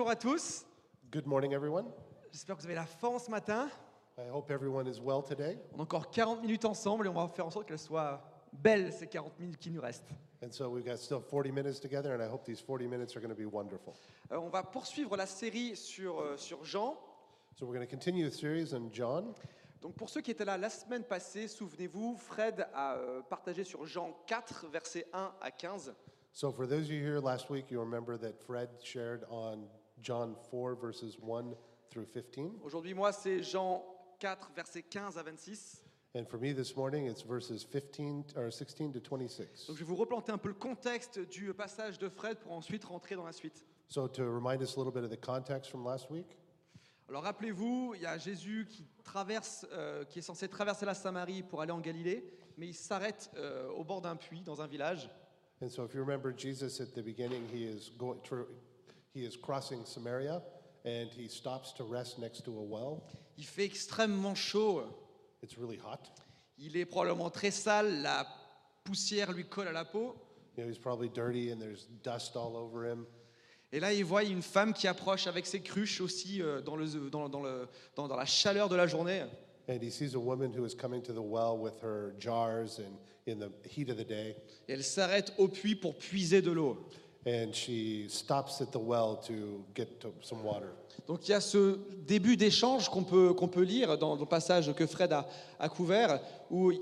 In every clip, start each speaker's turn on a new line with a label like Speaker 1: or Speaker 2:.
Speaker 1: Bonjour à tous.
Speaker 2: Good morning, everyone.
Speaker 1: J'espère que vous avez la forme ce matin.
Speaker 2: I hope everyone is well today.
Speaker 1: On a encore 40 minutes ensemble et on va faire en sorte qu'elles soient belles ces 40 minutes qui nous restent.
Speaker 2: And so we've got still 40 minutes together, and I hope these 40 minutes are going to be wonderful.
Speaker 1: Euh, on va poursuivre la série sur, euh, sur Jean.
Speaker 2: So we're going to continue the series on John.
Speaker 1: Donc pour ceux qui étaient là la semaine passée, souvenez-vous, Fred a euh, partagé sur Jean 4, versets 1 à 15.
Speaker 2: So for those of you here last week, you remember that Fred shared on John 4, verses 1 through 15.
Speaker 1: Aujourd'hui, moi, c'est Jean 4, versets 15 à 26.
Speaker 2: And for me this morning, it's verses 15 or 16 to 26.
Speaker 1: Donc je vais vous replanter un peu le contexte du passage de Fred pour ensuite rentrer dans la suite.
Speaker 2: So to remind us a little bit of the context from last week.
Speaker 1: Alors rappelez-vous, il y a Jésus qui traverse, euh, qui est censé traverser la Samarie pour aller en Galilée, mais il s'arrête euh, au bord d'un puits dans un village.
Speaker 2: And so if you remember Jesus at the beginning, he is going through, he is crossing Samaria, and he stops to rest next to a well.
Speaker 1: Il fait extrêmement chaud.
Speaker 2: It's really hot.
Speaker 1: Il est probablement très sale. La poussière lui colle à la peau.
Speaker 2: You know, he's probably dirty and there's dust all over him.
Speaker 1: Et là, il voit une femme qui approche avec ses cruches aussi euh, dans, le- dans- dans le- dans- dans la chaleur de la journée.
Speaker 2: And he sees a woman who is coming to the well with her jars and in the heat of the day.
Speaker 1: Et elle s'arrête au puits pour puiser de l'eau.
Speaker 2: And she stops at the well to get to some water.
Speaker 1: Donc il y a ce début d'échange qu'on peut, qu'on peut lire dans le passage que Fred a, a couvert, où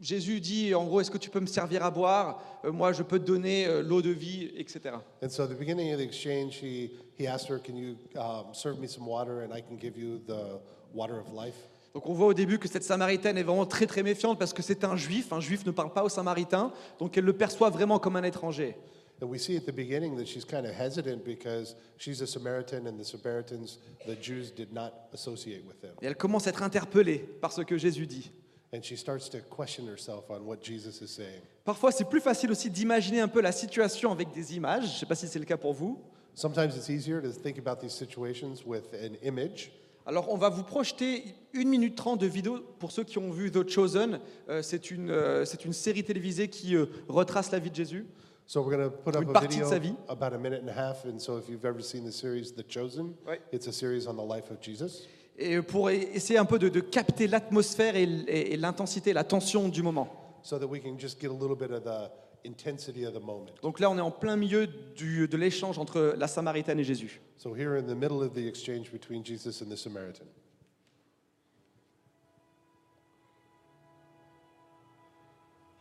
Speaker 1: Jésus dit en gros, est-ce que tu peux me servir à boire Euh, Moi, je peux te donner euh, l'eau de vie, etc.
Speaker 2: And so at the beginning of the exchange, he, he asks her, Can you um, serve me some water and I can give you the water of life?
Speaker 1: Donc on voit au début que cette Samaritaine est vraiment très très méfiante parce que c'est un juif, un juif ne parle pas aux Samaritains, donc elle le perçoit vraiment comme un étranger.
Speaker 2: And we see at the beginning that she's kind of hesitant because she's a Samaritan and the Samaritans, the Jews did not associate with them.
Speaker 1: Et elle commence à être interpellée par ce que Jésus dit.
Speaker 2: And she starts to question herself on what Jesus is saying.
Speaker 1: Parfois c'est plus facile aussi d'imaginer un peu la situation avec des images, je ne sais pas si c'est le cas pour vous.
Speaker 2: Sometimes it's easier to think about these situations with an image.
Speaker 1: Alors, on va vous projeter une minute trente de vidéo pour ceux qui ont vu The Chosen. Euh, c'est une, euh, c'est une série télévisée qui euh, retrace la vie de Jésus.
Speaker 2: So we're going to put up
Speaker 1: Une
Speaker 2: a
Speaker 1: partie de sa vie.
Speaker 2: video about a minute and a half. And so if you've ever seen the series The Chosen,
Speaker 1: Ouais.
Speaker 2: it's a series on the life of Jesus.
Speaker 1: Et pour e- essayer un peu de, de capter l'atmosphère et, l- et- et l'intensité, la tension du moment.
Speaker 2: So that we can just get a little bit of the intensity of the moment.
Speaker 1: Donc là, on est en plein milieu du- de l'échange entre la Samaritaine et Jésus.
Speaker 2: So here in the middle of the exchange between Jesus and the Samaritan.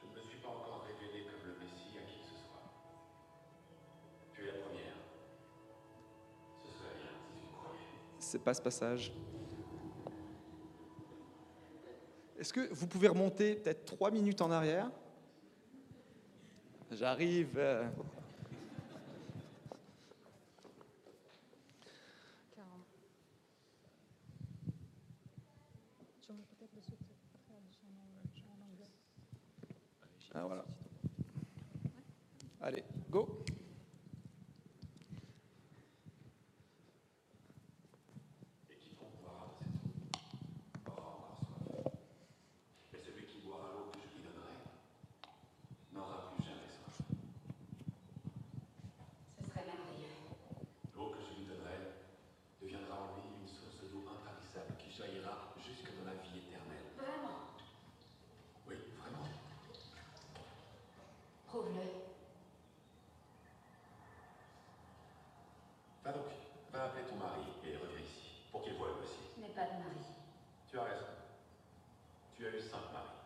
Speaker 3: Je ne me suis pas encore révélé comme le Messie à qui que ce soit. Tu es la première. Ce serait bien si tu croyais.
Speaker 1: C'est pas ce passage. Est-ce que vous pouvez remonter peut-être trois minutes en arrière J'arrive. euh. Ah, voilà. Allez, go.
Speaker 3: Et quiconque boira de cette eau aura encore soif. Mais celui qui boira l'eau que je lui donnerai n'aura plus jamais soif.
Speaker 4: Ce serait merveilleux.
Speaker 3: L'eau que je lui donnerai deviendra en lui une source d'eau intarissable qui jaillira jusque dans la vie éternelle.
Speaker 4: Vraiment.
Speaker 3: Oui, vraiment.
Speaker 4: Prouve-le.
Speaker 3: Va donc, va appeler ton mari et reviens ici pour qu'il voie le Messie.
Speaker 4: Je n'ai pas de mari.
Speaker 3: Tu as raison. Tu as eu cinq maris.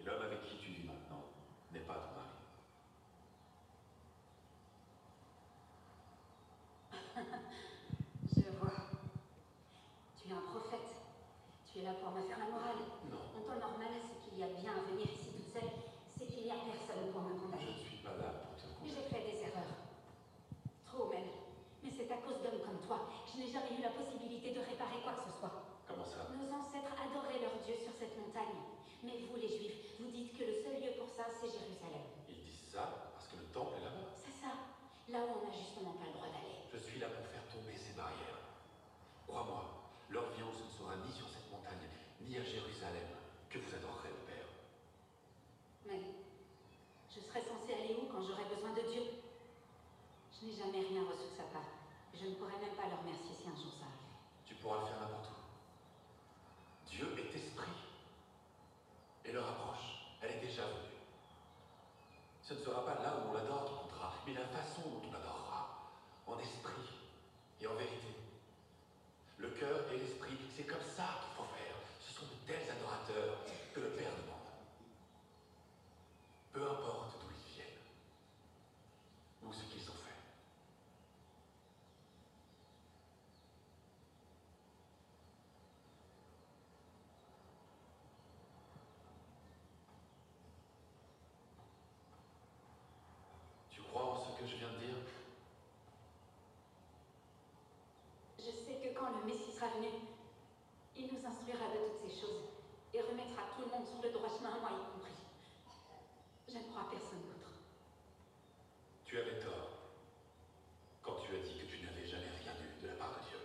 Speaker 3: Et l'homme avec qui tu vis maintenant n'est pas ton mari.
Speaker 4: Je vois. Tu es un prophète. Tu es là pour me faire la morale.
Speaker 3: Non.
Speaker 4: En temps normal, ce qu'il y a de bien à venir ici toute seule, c'est qu'il n'y a personne pour
Speaker 3: Je
Speaker 4: me
Speaker 3: ne
Speaker 4: condamner.
Speaker 3: suis pas là pour te
Speaker 4: J'ai
Speaker 3: convaincre.
Speaker 4: fait des erreurs. Trop même. Mais c'est à cause d'hommes comme toi. Je n'ai jamais eu la possibilité de réparer quoi que ce soit.
Speaker 3: Comment ça
Speaker 4: Nos ancêtres adoraient leur Dieu sur cette montagne. Mais vous, les Juifs, vous dites que le seul lieu pour ça, c'est Jérusalem.
Speaker 3: Ils disent ça parce que le temple est là-bas.
Speaker 4: C'est ça. Là où on n'a justement pas le droit d'aller.
Speaker 3: Je suis là pour faire tomber ces barrières. Crois-moi, leur violence ne sera ni sur cette montagne, ni à Jérusalem, que vous adorerez le Père.
Speaker 4: Mais je serais censée aller où quand j'aurais besoin de Dieu Je n'ai jamais rien reçu de sa part. Je ne pourrais même pas le remercier si un jour ça arrivait.
Speaker 3: Tu pourras le faire n'importe où. Dieu est esprit. Et leur approche, elle est déjà venue. Ce ne sera pas là où on l'adore qui comptera, mais la façon dont on l'adorera, en esprit et en vérité. Le cœur et l'esprit, c'est comme ça qu'il faut faire. Ce sont de tels adorateurs que le Père demande. Peu importe d'où ils viennent, ou ce qu'ils ont fait. Tu crois en ce que je viens de dire
Speaker 4: Je sais que quand le Messie sera venu, il nous instruira de toutes ces choses et remettra tout le monde sur le droit chemin, moi y compris. Je ne crois à personne d'autre.
Speaker 3: Tu avais tort quand tu as dit que tu n'avais jamais rien eu de la part de Dieu.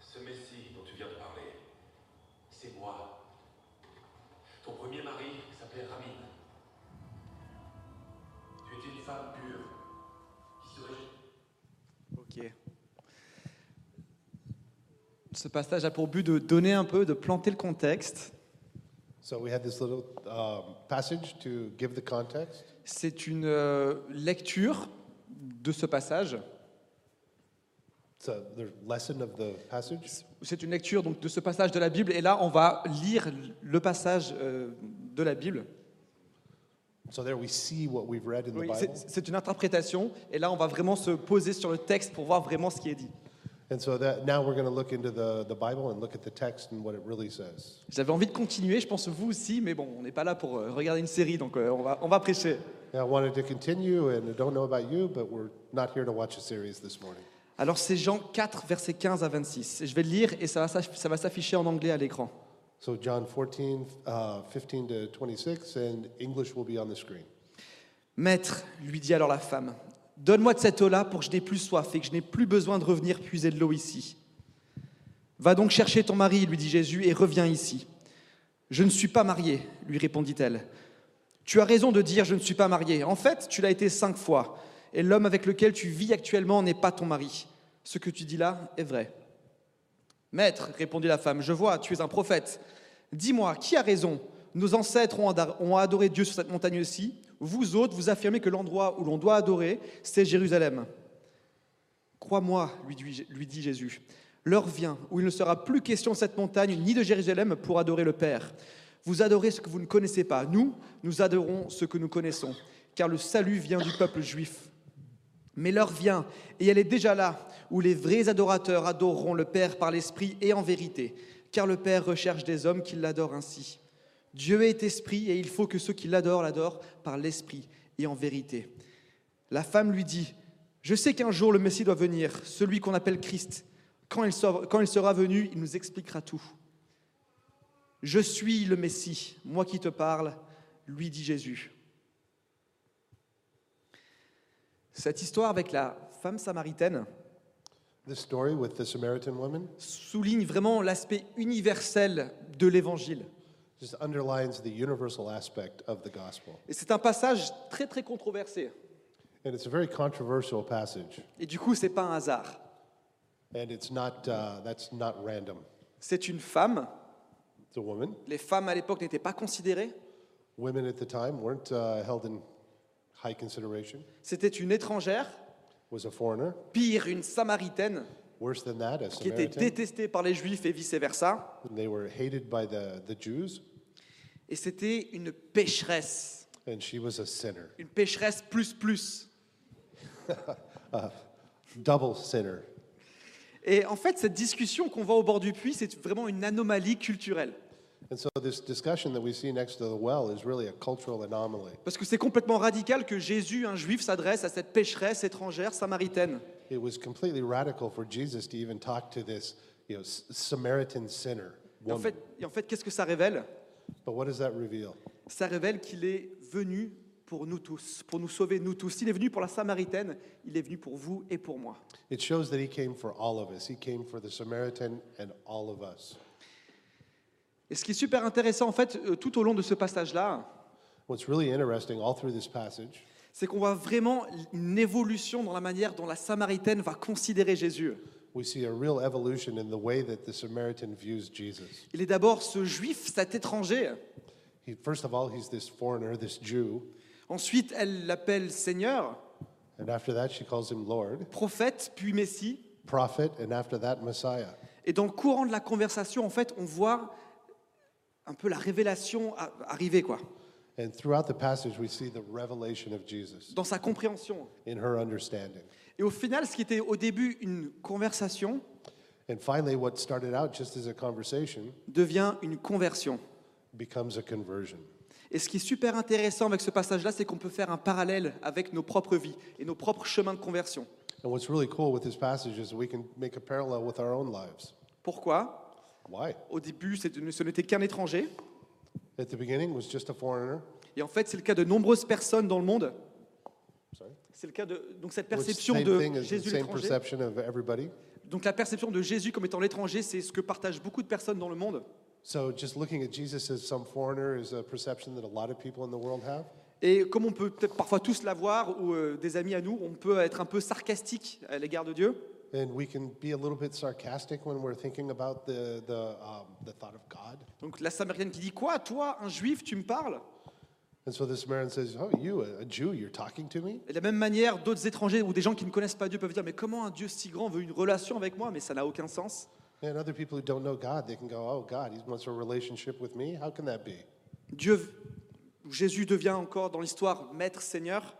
Speaker 3: Ce Messie dont tu viens de parler, c'est moi. Ton premier mari s'appelait Ramine. Tu étais une femme pure qui se réjouissait.
Speaker 1: Ok. Ce passage a pour but de donner un peu, de planter le contexte.
Speaker 2: So we had this little um, passage to give the context.
Speaker 1: C'est une euh, lecture de ce passage.
Speaker 2: It's a, the lesson of the passage.
Speaker 1: C'est une lecture donc de ce passage de la Bible et là on va lire le passage euh, de la Bible.
Speaker 2: So there we see what we've read in the
Speaker 1: Oui,
Speaker 2: Bible.
Speaker 1: c'est- c'est une interprétation et là on va vraiment se poser sur le texte pour voir vraiment ce qui est dit.
Speaker 2: And so that now we're going to look into the, the Bible and look at the text and what it really says.
Speaker 1: J'avais envie de continuer, je pense vous aussi, mais bon, on n'est pas là pour euh, regarder une série, donc euh, on, va, on va prêcher.
Speaker 2: Now, I wanted to continue, and I don't know about you, but we're not here to watch a series this morning.
Speaker 1: Alors c'est Jean 4, versets 15 à 26. Et je vais le lire et ça va, s'aff- ça va s'afficher en anglais à l'écran.
Speaker 2: So John 14, uh, 15 to 26, and English will be on the screen.
Speaker 1: Maître, lui dit alors la femme, donne-moi de cette eau-là pour que je n'ai plus soif et que je n'ai plus besoin de revenir puiser de l'eau ici. Va donc chercher ton mari, lui dit Jésus, et reviens ici. Je ne suis pas mariée, lui répondit-elle. Tu as raison de dire je ne suis pas mariée. En fait, tu l'as été cinq fois, et l'homme avec lequel tu vis actuellement n'est pas ton mari. Ce que tu dis là est vrai. Maître, répondit la femme, je vois, tu es un prophète. Dis-moi, qui a raison Nos ancêtres ont adar- ont adoré Dieu sur cette montagne-ci. Vous autres, vous affirmez que l'endroit où l'on doit adorer, c'est Jérusalem. Crois-moi, lui, dit- lui dit Jésus, l'heure vient où il ne sera plus question de cette montagne ni de Jérusalem pour adorer le Père. Vous adorez ce que vous ne connaissez pas. Nous, nous adorons ce que nous connaissons, car le salut vient du peuple juif. Mais l'heure vient, et elle est déjà là, où les vrais adorateurs adoreront le Père par l'Esprit et en vérité, car le Père recherche des hommes qui l'adorent ainsi. Dieu est esprit, et il faut que ceux qui l'adorent l'adorent par l'Esprit et en vérité. La femme lui dit, Je sais qu'un jour le Messie doit venir, celui qu'on appelle Christ. Quand il, sera, quand il sera venu, il nous expliquera tout. Je suis le Messie, moi qui te parle, lui dit Jésus. Cette histoire avec la femme samaritaine
Speaker 2: This story with the Samaritan woman
Speaker 1: souligne vraiment l'aspect universel de l'Évangile.
Speaker 2: just underlines the universal aspect of the gospel.
Speaker 1: Et c'est un passage très très controversé.
Speaker 2: And it's a very controversial passage,
Speaker 1: Et du coup, c'est pas un hasard.
Speaker 2: and it's not, uh, that's not random.
Speaker 1: C'est une femme.
Speaker 2: It's a woman.
Speaker 1: Les femmes à l'époque n'étaient pas considérées.
Speaker 2: Women at the time weren't uh, held in high consideration,
Speaker 1: C'était une étrangère,
Speaker 2: was a foreigner.
Speaker 1: pire une samaritaine,
Speaker 2: Worse than that, a
Speaker 1: qui était
Speaker 2: Samaritan.
Speaker 1: détestée par les juifs et vice-versa.
Speaker 2: And they were hated by the, the Jews,
Speaker 1: Et c'était une pécheresse.
Speaker 2: and she was a sinner,
Speaker 1: Une pécheresse plus plus.
Speaker 2: double sinner.
Speaker 1: Et en fait, cette discussion qu'on voit au bord du puits, c'est vraiment une anomalie culturelle.
Speaker 2: And so this discussion that we see next to the well is really a cultural anomaly.
Speaker 1: Parce que c'est complètement radical que Jésus, un juif, s'adresse à cette pécheresse étrangère samaritaine.
Speaker 2: It was completely radical for Jesus to even talk to this you know, S- Samaritan sinner
Speaker 1: Et en
Speaker 2: woman.
Speaker 1: fait, et en fait, qu'est-ce que ça révèle
Speaker 2: But what does that reveal?
Speaker 1: Ça révèle qu'il est venu pour nous tous, pour nous sauver nous tous. Il est venu pour la Samaritaine, il est venu pour vous et pour moi.
Speaker 2: It shows that he came for all of us. He came for the Samaritan and all of us.
Speaker 1: Et ce qui est super intéressant, en fait, euh, tout au long de ce passage-là,
Speaker 2: What's really interesting all through this passage
Speaker 1: c'est qu'on voit vraiment une évolution dans la manière dont la Samaritaine va considérer Jésus.
Speaker 2: We see a real evolution in the way that the Samaritan views Jesus.
Speaker 1: Il est d'abord ce juif, cet étranger.
Speaker 2: He, first of all, he's this foreigner, this Jew,
Speaker 1: Ensuite, elle l'appelle Seigneur,
Speaker 2: and after that, she calls him Lord,
Speaker 1: prophète, puis Messie.
Speaker 2: prophet, and after that, Messiah.
Speaker 1: Et dans le courant de la conversation, en fait, on voit un peu la révélation a- arriver, quoi,
Speaker 2: And throughout the passage, we see the revelation of Jesus
Speaker 1: dans sa compréhension.
Speaker 2: in her understanding.
Speaker 1: Et au final, ce qui était au début une conversation
Speaker 2: And finally, what started out just as a conversation
Speaker 1: devient une conversion.
Speaker 2: becomes a conversion.
Speaker 1: Et ce qui est super intéressant avec ce passage-là, c'est qu'on peut faire un parallèle avec nos propres vies et nos propres chemins de conversion.
Speaker 2: And what's really cool with this passage is we can make a parallel with our own lives.
Speaker 1: Pourquoi
Speaker 2: Why?
Speaker 1: Au début, c'est- ce n'était qu'un étranger.
Speaker 2: At the beginning was just a foreigner.
Speaker 1: Et en fait, c'est le cas de nombreuses personnes dans le monde.
Speaker 2: Sorry.
Speaker 1: C'est le cas de donc cette
Speaker 2: Which
Speaker 1: perception
Speaker 2: same thing
Speaker 1: de
Speaker 2: is the
Speaker 1: Jésus
Speaker 2: same
Speaker 1: l'étranger.
Speaker 2: perception of everybody.
Speaker 1: Donc la perception de Jésus comme étant l'étranger, c'est ce que partagent beaucoup de personnes dans le monde.
Speaker 2: So just looking at Jesus as some foreigner is a perception that a lot of people in the world have.
Speaker 1: Et comme on peut peut-être parfois tous l'avoir, ou euh, des amis à nous, on peut être un peu sarcastique à l'égard de Dieu.
Speaker 2: And we can be a little bit sarcastic when we're thinking about the, the, um, the thought of God.
Speaker 1: Donc la Samaritaine qui dit quoi, toi, un Juif, tu me parles
Speaker 2: And so the Samaritan says, Oh, you, a- a Jew, you're talking to me?
Speaker 1: Et de la même manière, d'autres étrangers ou des gens qui ne connaissent pas Dieu peuvent dire Mais comment un Dieu si grand veut une relation avec moi Mais ça n'a aucun sens.
Speaker 2: And other people who don't know God, they can go, Oh, God, he wants a relationship with me? How can that be?
Speaker 1: Dieu, Jésus devient encore dans l'histoire maître, Seigneur.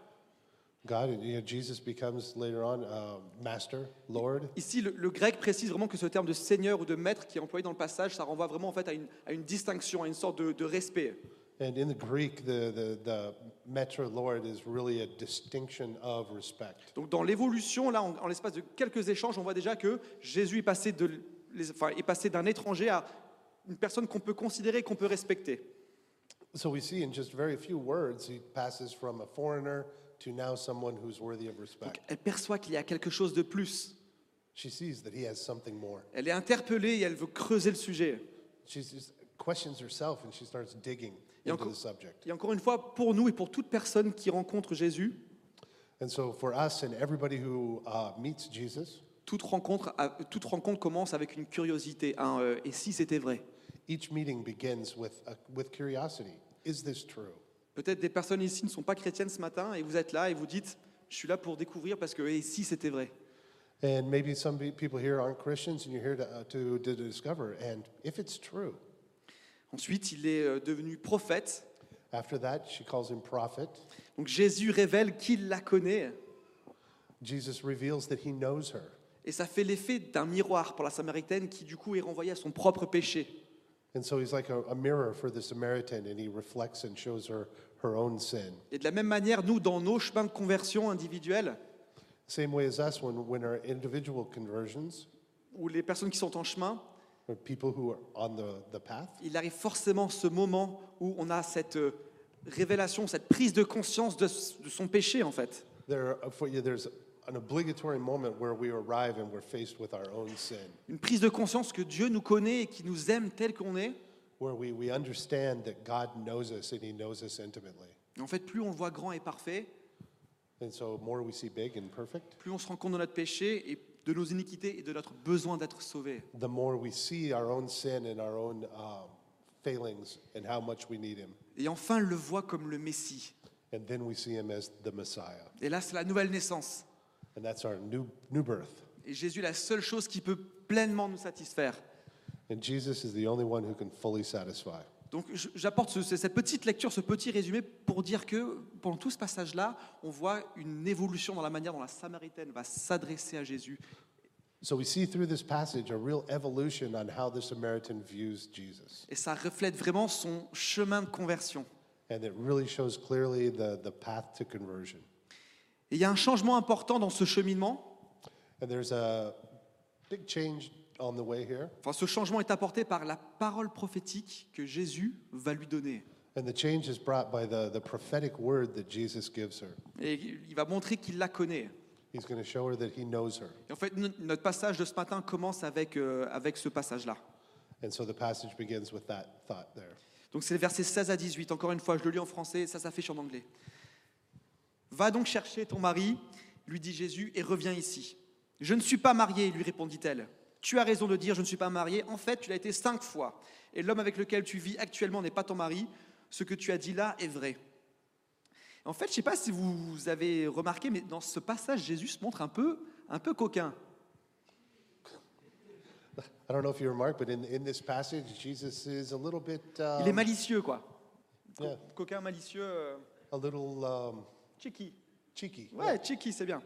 Speaker 2: God, you know, Jesus becomes later on uh, Master, Lord.
Speaker 1: Ici, le, le grec précise vraiment que ce terme de Seigneur ou de maître qui est employé dans le passage, ça renvoie vraiment en fait à une, à une distinction, à une sorte de, de respect.
Speaker 2: And in the Greek, the, the, the Metro Lord is really a distinction of respect.
Speaker 1: Donc dans l'évolution, là, en, en l'espace de quelques échanges, on voit déjà que Jésus est passé de l- les- enfin, est passé d'un étranger à une personne qu'on peut considérer, qu'on peut respecter.
Speaker 2: So we see in just very few words, he passes from a foreigner to now someone who's worthy of respect.
Speaker 1: Donc, elle perçoit qu'il y a quelque chose de plus.
Speaker 2: She sees that he has something more.
Speaker 1: Elle est interpellée et elle veut creuser le sujet.
Speaker 2: She just questions herself and she starts digging
Speaker 1: Et
Speaker 2: into
Speaker 1: enco-
Speaker 2: the subject.
Speaker 1: Et encore une fois, pour nous et pour toute personne qui rencontre Jésus,
Speaker 2: And so for us and everybody who uh, meets Jesus,
Speaker 1: toute rencontre, a- toute rencontre commence avec une curiosité. un, euh, et si c'était vrai
Speaker 2: each meeting begins with, a, with curiosity. Is this true?
Speaker 1: Peut-être des personnes ici ne sont pas chrétiennes ce matin et vous êtes là et vous dites, je suis là pour découvrir parce que et si c'était vrai
Speaker 2: And maybe some pe- people here aren't Christians and you're here to, uh, to, to discover. And if it's true,
Speaker 1: Ensuite, il est euh, devenu prophète.
Speaker 2: after that, she calls him prophet.
Speaker 1: Donc Jésus révèle qu'il la connaît
Speaker 2: Jesus reveals that he knows her.
Speaker 1: et ça fait l'effet d'un miroir pour la Samaritaine qui du coup est renvoyée à son propre péché.
Speaker 2: And so he's like a, a mirror for the Samaritan and he reflects and shows her her own sin.
Speaker 1: Et de la même manière, nous, dans nos chemins de conversion individuels,
Speaker 2: Same way as us when, when our individual conversions
Speaker 1: ou les personnes qui sont en chemin,
Speaker 2: or people who are on the, the path,
Speaker 1: il arrive forcément ce moment où on a cette euh, révélation, cette prise de conscience de, s- de son péché en fait.
Speaker 2: there are, for you, there's an obligatory moment where we arrive and we're faced with our own sin,
Speaker 1: Une prise de conscience que Dieu nous connaît et qui nous aime tel qu'on est.
Speaker 2: where we, we understand that God knows us and he knows us intimately.
Speaker 1: Et en fait, plus on le voit grand et parfait,
Speaker 2: And so more we see big and perfect,
Speaker 1: plus on se rend compte de notre péché et de nos iniquités et de notre besoin d'être sauvé.
Speaker 2: the more we see our own sin and our own um, failings and how much we need him.
Speaker 1: Et enfin, le voit comme le Messie.
Speaker 2: And then we see him as the Messiah.
Speaker 1: Et là, c'est la nouvelle naissance.
Speaker 2: And that's our new, new birth.
Speaker 1: Et Jésus est la seule chose qui peut pleinement nous satisfaire.
Speaker 2: And Jesus is the only one who can fully satisfy.
Speaker 1: Donc je- j'apporte ce- cette petite lecture, ce petit résumé pour dire que pendant tout ce passage-là, on voit une évolution dans la manière dont la Samaritaine va s'adresser à Jésus.
Speaker 2: So we see through this passage a real evolution on how the Samaritan views Jesus.
Speaker 1: Et ça reflète vraiment son chemin de conversion.
Speaker 2: And it really shows clearly the, the path to conversion.
Speaker 1: Et il y a un changement important dans ce cheminement.
Speaker 2: And there's a big change on the way here.
Speaker 1: Enfin, ce changement est apporté par la parole prophétique que Jésus va lui donner.
Speaker 2: And the change is brought by the, the prophetic word that Jesus gives her.
Speaker 1: Et il va montrer qu'il la connaît.
Speaker 2: He's going to show her that he knows her.
Speaker 1: Et en fait, no- notre passage de ce matin commence avec, euh, avec ce passage-là.
Speaker 2: And so the passage begins with that thought there.
Speaker 1: Donc c'est les versets 16 à 18. Encore une fois, je le lis en français, ça s'affiche en anglais. Va donc chercher ton mari, lui dit Jésus, et reviens ici. Je ne suis pas mariée, lui répondit-elle. Tu as raison de dire je ne suis pas mariée. En fait, tu l'as été cinq fois. Et l'homme avec lequel tu vis actuellement n'est pas ton mari. Ce que tu as dit là est vrai. En fait, je ne sais pas si vous avez remarqué, mais dans ce passage, Jésus se montre un peu, un peu coquin.
Speaker 2: I don't know if you remarked, but in, in this passage, Jesus is a little bit,
Speaker 1: Il est
Speaker 2: um,
Speaker 1: malicieux, quoi. Co-
Speaker 2: yeah,
Speaker 1: Coquin, malicieux, euh,
Speaker 2: a little um,
Speaker 1: cheeky.
Speaker 2: cheeky. yeah.
Speaker 1: Ouais, cheeky, c'est bien.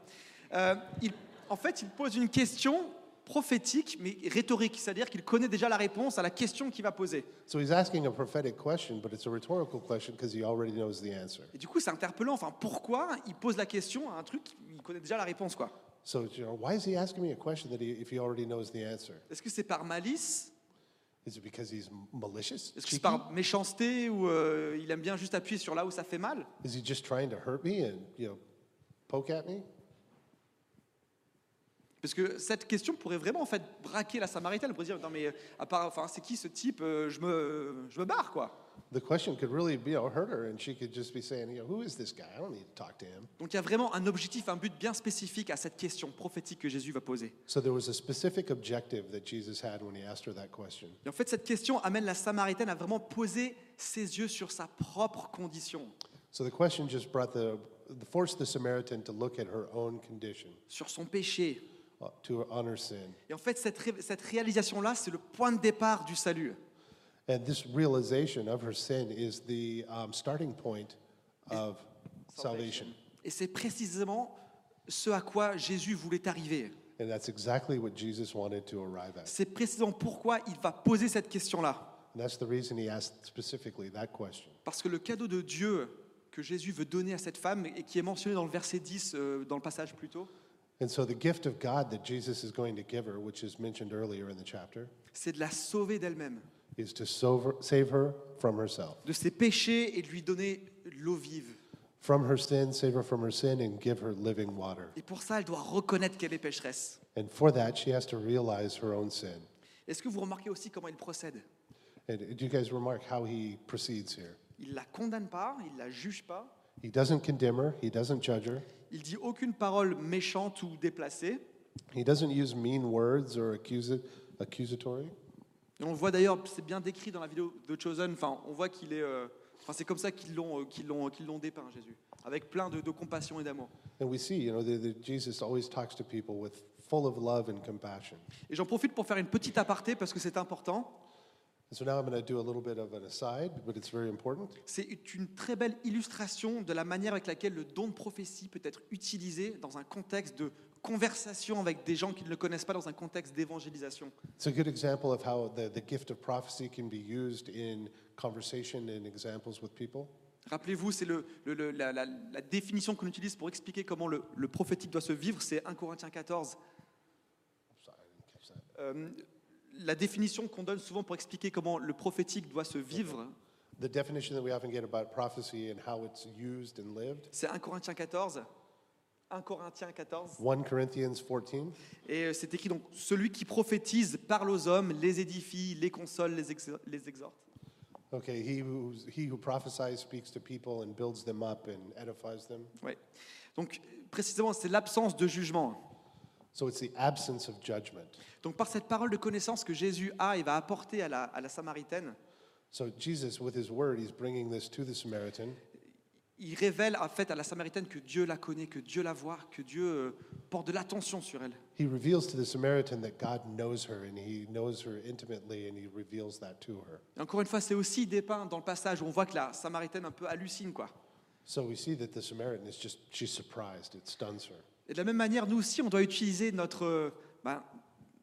Speaker 1: Euh, il- en fait, il pose une question prophétique, mais rhétorique, c'est-à-dire qu'il connaît déjà la réponse à la question qu'il va poser.
Speaker 2: So he's asking a prophetic question, but it's a rhetorical question because he already knows the answer.
Speaker 1: Et du coup, c'est interpellant. Enfin, pourquoi il pose la question à un truc, il connaît déjà la réponse, quoi
Speaker 2: So you know, why is he asking me a question that he, if he already knows the answer?
Speaker 1: Est-ce que c'est par malice
Speaker 2: Is it because he's m- malicious?
Speaker 1: Est-ce que c'est
Speaker 2: Cheeky?
Speaker 1: par méchanceté Ou euh, il aime bien juste appuyer sur là où ça fait mal
Speaker 2: Is he just trying to hurt me and you know poke at me?
Speaker 1: Parce que cette question pourrait vraiment en fait braquer la Samaritaine pour dire non mais euh, à part, enfin c'est qui ce type Euh, Je me, je me barre quoi.
Speaker 2: The question could really you know, hurt her, and she could just be saying, you know, who is this guy? I don't need to talk to him.
Speaker 1: Donc il y a vraiment un objectif, un but bien spécifique à cette question prophétique que Jésus va poser.
Speaker 2: So there was a specific objective that Jesus had when he asked her that question.
Speaker 1: Et en fait cette question amène la Samaritaine à vraiment poser ses yeux sur sa propre condition,
Speaker 2: So the question just brought the, forced the Samaritan to look at her own condition,
Speaker 1: sur son péché.
Speaker 2: uh, to on her sin.
Speaker 1: Et en fait cette, ré- cette réalisation là c'est le point de départ du salut.
Speaker 2: And this realization of her sin is the um, starting point of salvation.
Speaker 1: Et c'est précisément ce à quoi Jésus voulait arriver.
Speaker 2: And that's exactly what Jesus wanted to arrive at.
Speaker 1: C'est précisément pourquoi il va poser cette question là.
Speaker 2: And that's the reason he asked specifically that question.
Speaker 1: Parce que le cadeau de Dieu que Jésus veut donner à cette femme et qui est mentionné dans le verset 10, euh, dans le passage plus tôt,
Speaker 2: And so the gift of God that Jesus is going to give her, which is mentioned earlier in the chapter,
Speaker 1: c'est de la sauver d'elle-même,
Speaker 2: is to sover- save her from herself.
Speaker 1: de ses péchés et de lui donner l'eau vive.
Speaker 2: From her sin, save her from her sin, and give her living water.
Speaker 1: Et pour ça, elle doit reconnaître qu'elle est pécheresse.
Speaker 2: And for that, she has to realize her own sin.
Speaker 1: Est-ce que vous remarquez aussi comment il procède
Speaker 2: And do you guys remark how he proceeds here?
Speaker 1: Il la condamne pas, il la juge pas,
Speaker 2: He doesn't condemn her, he doesn't judge her,
Speaker 1: il dit aucune parole méchante ou déplacée.
Speaker 2: he doesn't use mean words or accusi- accusatory.
Speaker 1: Et on le voit d'ailleurs, c'est bien décrit dans la vidéo de Chosen, enfin, on voit qu'il est... euh, Enfin, c'est comme ça qu'ils l'ont, euh, qu'ils l'ont, qu'ils l'ont dépeint, Jésus, avec plein de- de compassion et d'amour.
Speaker 2: And we see, you know, that that Jesus always talks to people with full of love and compassion.
Speaker 1: Et j'en profite pour faire une petite aparté parce que c'est important.
Speaker 2: And so now I'm going to do a little bit of an aside, but it's very important.
Speaker 1: C'est une très belle illustration de la manière avec laquelle le don de prophétie peut être utilisé dans un contexte de conversation avec des gens qui ne le connaissent pas, dans un contexte d'évangélisation.
Speaker 2: It's a good example of how the, the gift of prophecy can be used in conversation and examples with people.
Speaker 1: Rappelez-vous, c'est le- le- le- la, la- la définition qu'on utilise pour expliquer comment le, le prophétique doit se vivre, c'est 1 Corinthiens 14. Euh, la définition qu'on donne souvent pour expliquer comment le prophétique doit se vivre,
Speaker 2: The definition that we often get about prophecy and how it's used and lived.
Speaker 1: c'est 1 Corinthiens 14. 1 Corinthiens 14.
Speaker 2: 1 Corinthians 14.
Speaker 1: Et euh, c'est écrit donc celui qui prophétise parle aux hommes, les édifie, les console, les, exo- les exhorte.
Speaker 2: Okay, he, who's, he who prophesies speaks to people and builds them up and edifies them.
Speaker 1: Ouais. Donc euh, précisément, c'est l'absence de jugement.
Speaker 2: So it's the absence of judgment.
Speaker 1: Donc par cette parole de connaissance que Jésus a et va apporter à la, à la Samaritaine,
Speaker 2: So Jesus, with his word, he's bringing this to the Samaritan.
Speaker 1: il révèle en fait à la Samaritaine que Dieu la connaît, que Dieu la voit, que Dieu euh, porte de l'attention sur elle.
Speaker 2: He reveals to the Samaritan that God knows her and he knows her intimately and he reveals that to her.
Speaker 1: Et encore une fois, c'est aussi dépeint dans le passage où on voit que la Samaritaine un peu hallucine quoi.
Speaker 2: So we see that the Samaritan is just, she's surprised. It stuns her.
Speaker 1: Et de la même manière, nous aussi, on doit utiliser notre, euh, ben,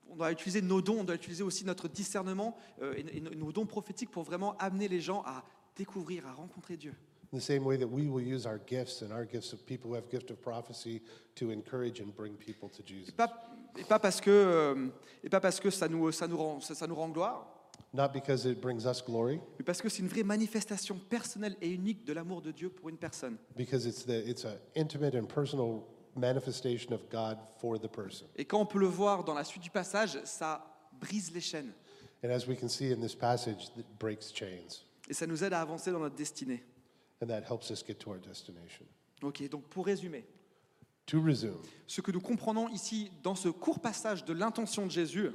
Speaker 1: on doit utiliser nos dons, on doit utiliser aussi notre discernement euh, et, et nos- nos dons prophétiques pour vraiment amener les gens à découvrir, à rencontrer Dieu.
Speaker 2: In the same way that we will use our gifts and our gifts of people who have gift of prophecy to encourage and bring people to Jesus.
Speaker 1: Et pas, et pas parce que, euh, et pas parce que ça nous, ça nous rend, ça, ça nous rend gloire,
Speaker 2: Not because it brings us glory,
Speaker 1: mais parce que c'est une vraie manifestation personnelle et unique de l'amour de Dieu pour une personne,
Speaker 2: because it's the it's an intimate and personal manifestation of God for the person.
Speaker 1: et quand on peut le voir dans la suite du passage, ça brise les chaînes
Speaker 2: And as we can see in this passage, it breaks chains,
Speaker 1: et ça nous aide à avancer dans notre destinée.
Speaker 2: and that helps us get to our destination.
Speaker 1: Ok, donc pour résumer,
Speaker 2: To resume.
Speaker 1: ce que nous comprenons ici dans ce court passage de l'intention de Jésus,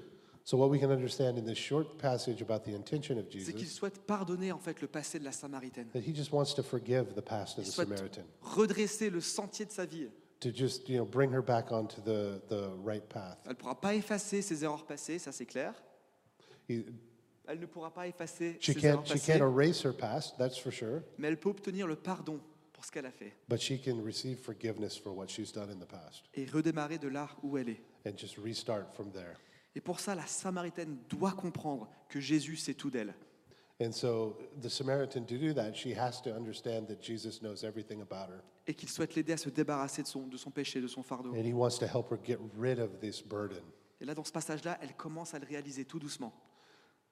Speaker 2: So, what we can understand in this short passage about the intention of
Speaker 1: c'est qu'il
Speaker 2: Jesus,
Speaker 1: souhaite pardonner en fait le passé de la Samaritaine.
Speaker 2: that he just wants to forgive the past of
Speaker 1: Il
Speaker 2: the
Speaker 1: souhaite
Speaker 2: Samaritan,
Speaker 1: redresser le sentier de sa vie.
Speaker 2: to just you know bring her back onto the, the right path.
Speaker 1: Elle ne pourra pas effacer ses erreurs passées, ça c'est clair.
Speaker 2: He,
Speaker 1: Elle ne pourra pas effacer
Speaker 2: she
Speaker 1: ses erreurs
Speaker 2: can't she
Speaker 1: passées,
Speaker 2: can't erase her past, that's for sure,
Speaker 1: mais elle peut obtenir le pardon pour ce qu'elle a fait
Speaker 2: but she can receive forgiveness for what she's done in the past
Speaker 1: et redémarrer de là où elle est.
Speaker 2: and just restart from there.
Speaker 1: Et pour ça, la Samaritaine doit comprendre que Jésus sait tout d'elle.
Speaker 2: And so the Samaritan to do that, she has to understand that Jesus knows everything about her.
Speaker 1: et qu'il souhaite l'aider à se débarrasser de son, de son péché, de son fardeau.
Speaker 2: And he wants to help her get rid of this burden.
Speaker 1: Et là, dans ce passage-là, elle commence à le réaliser tout doucement.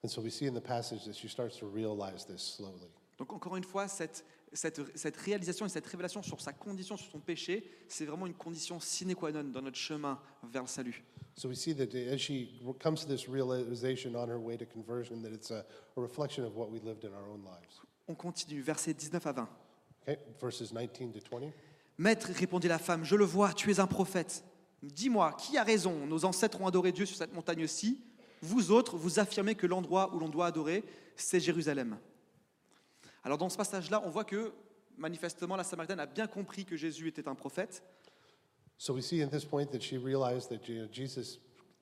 Speaker 2: And so we see in the passage that she starts to realize this slowly.
Speaker 1: Donc encore une fois, cette, cette, cette réalisation et cette révélation sur sa condition, sur son péché, c'est vraiment une condition sine qua non dans notre chemin vers le salut.
Speaker 2: So we see that as she comes to this realization on her way to conversion, that it's a, a reflection of what we lived in our own lives.
Speaker 1: On continue, versets 19 à 20.
Speaker 2: Okay, verses 19 to 20.
Speaker 1: Maître, répondit la femme, je le vois, tu es un prophète. Dis-moi, qui a raison Nos ancêtres ont adoré Dieu sur cette montagne-ci. Vous autres, vous affirmez que l'endroit où l'on doit adorer, c'est Jérusalem. Alors dans ce passage-là, on voit que manifestement la Samaritaine a bien compris que Jésus était un prophète.
Speaker 2: So we see at this point that she realized that you know, Jesus,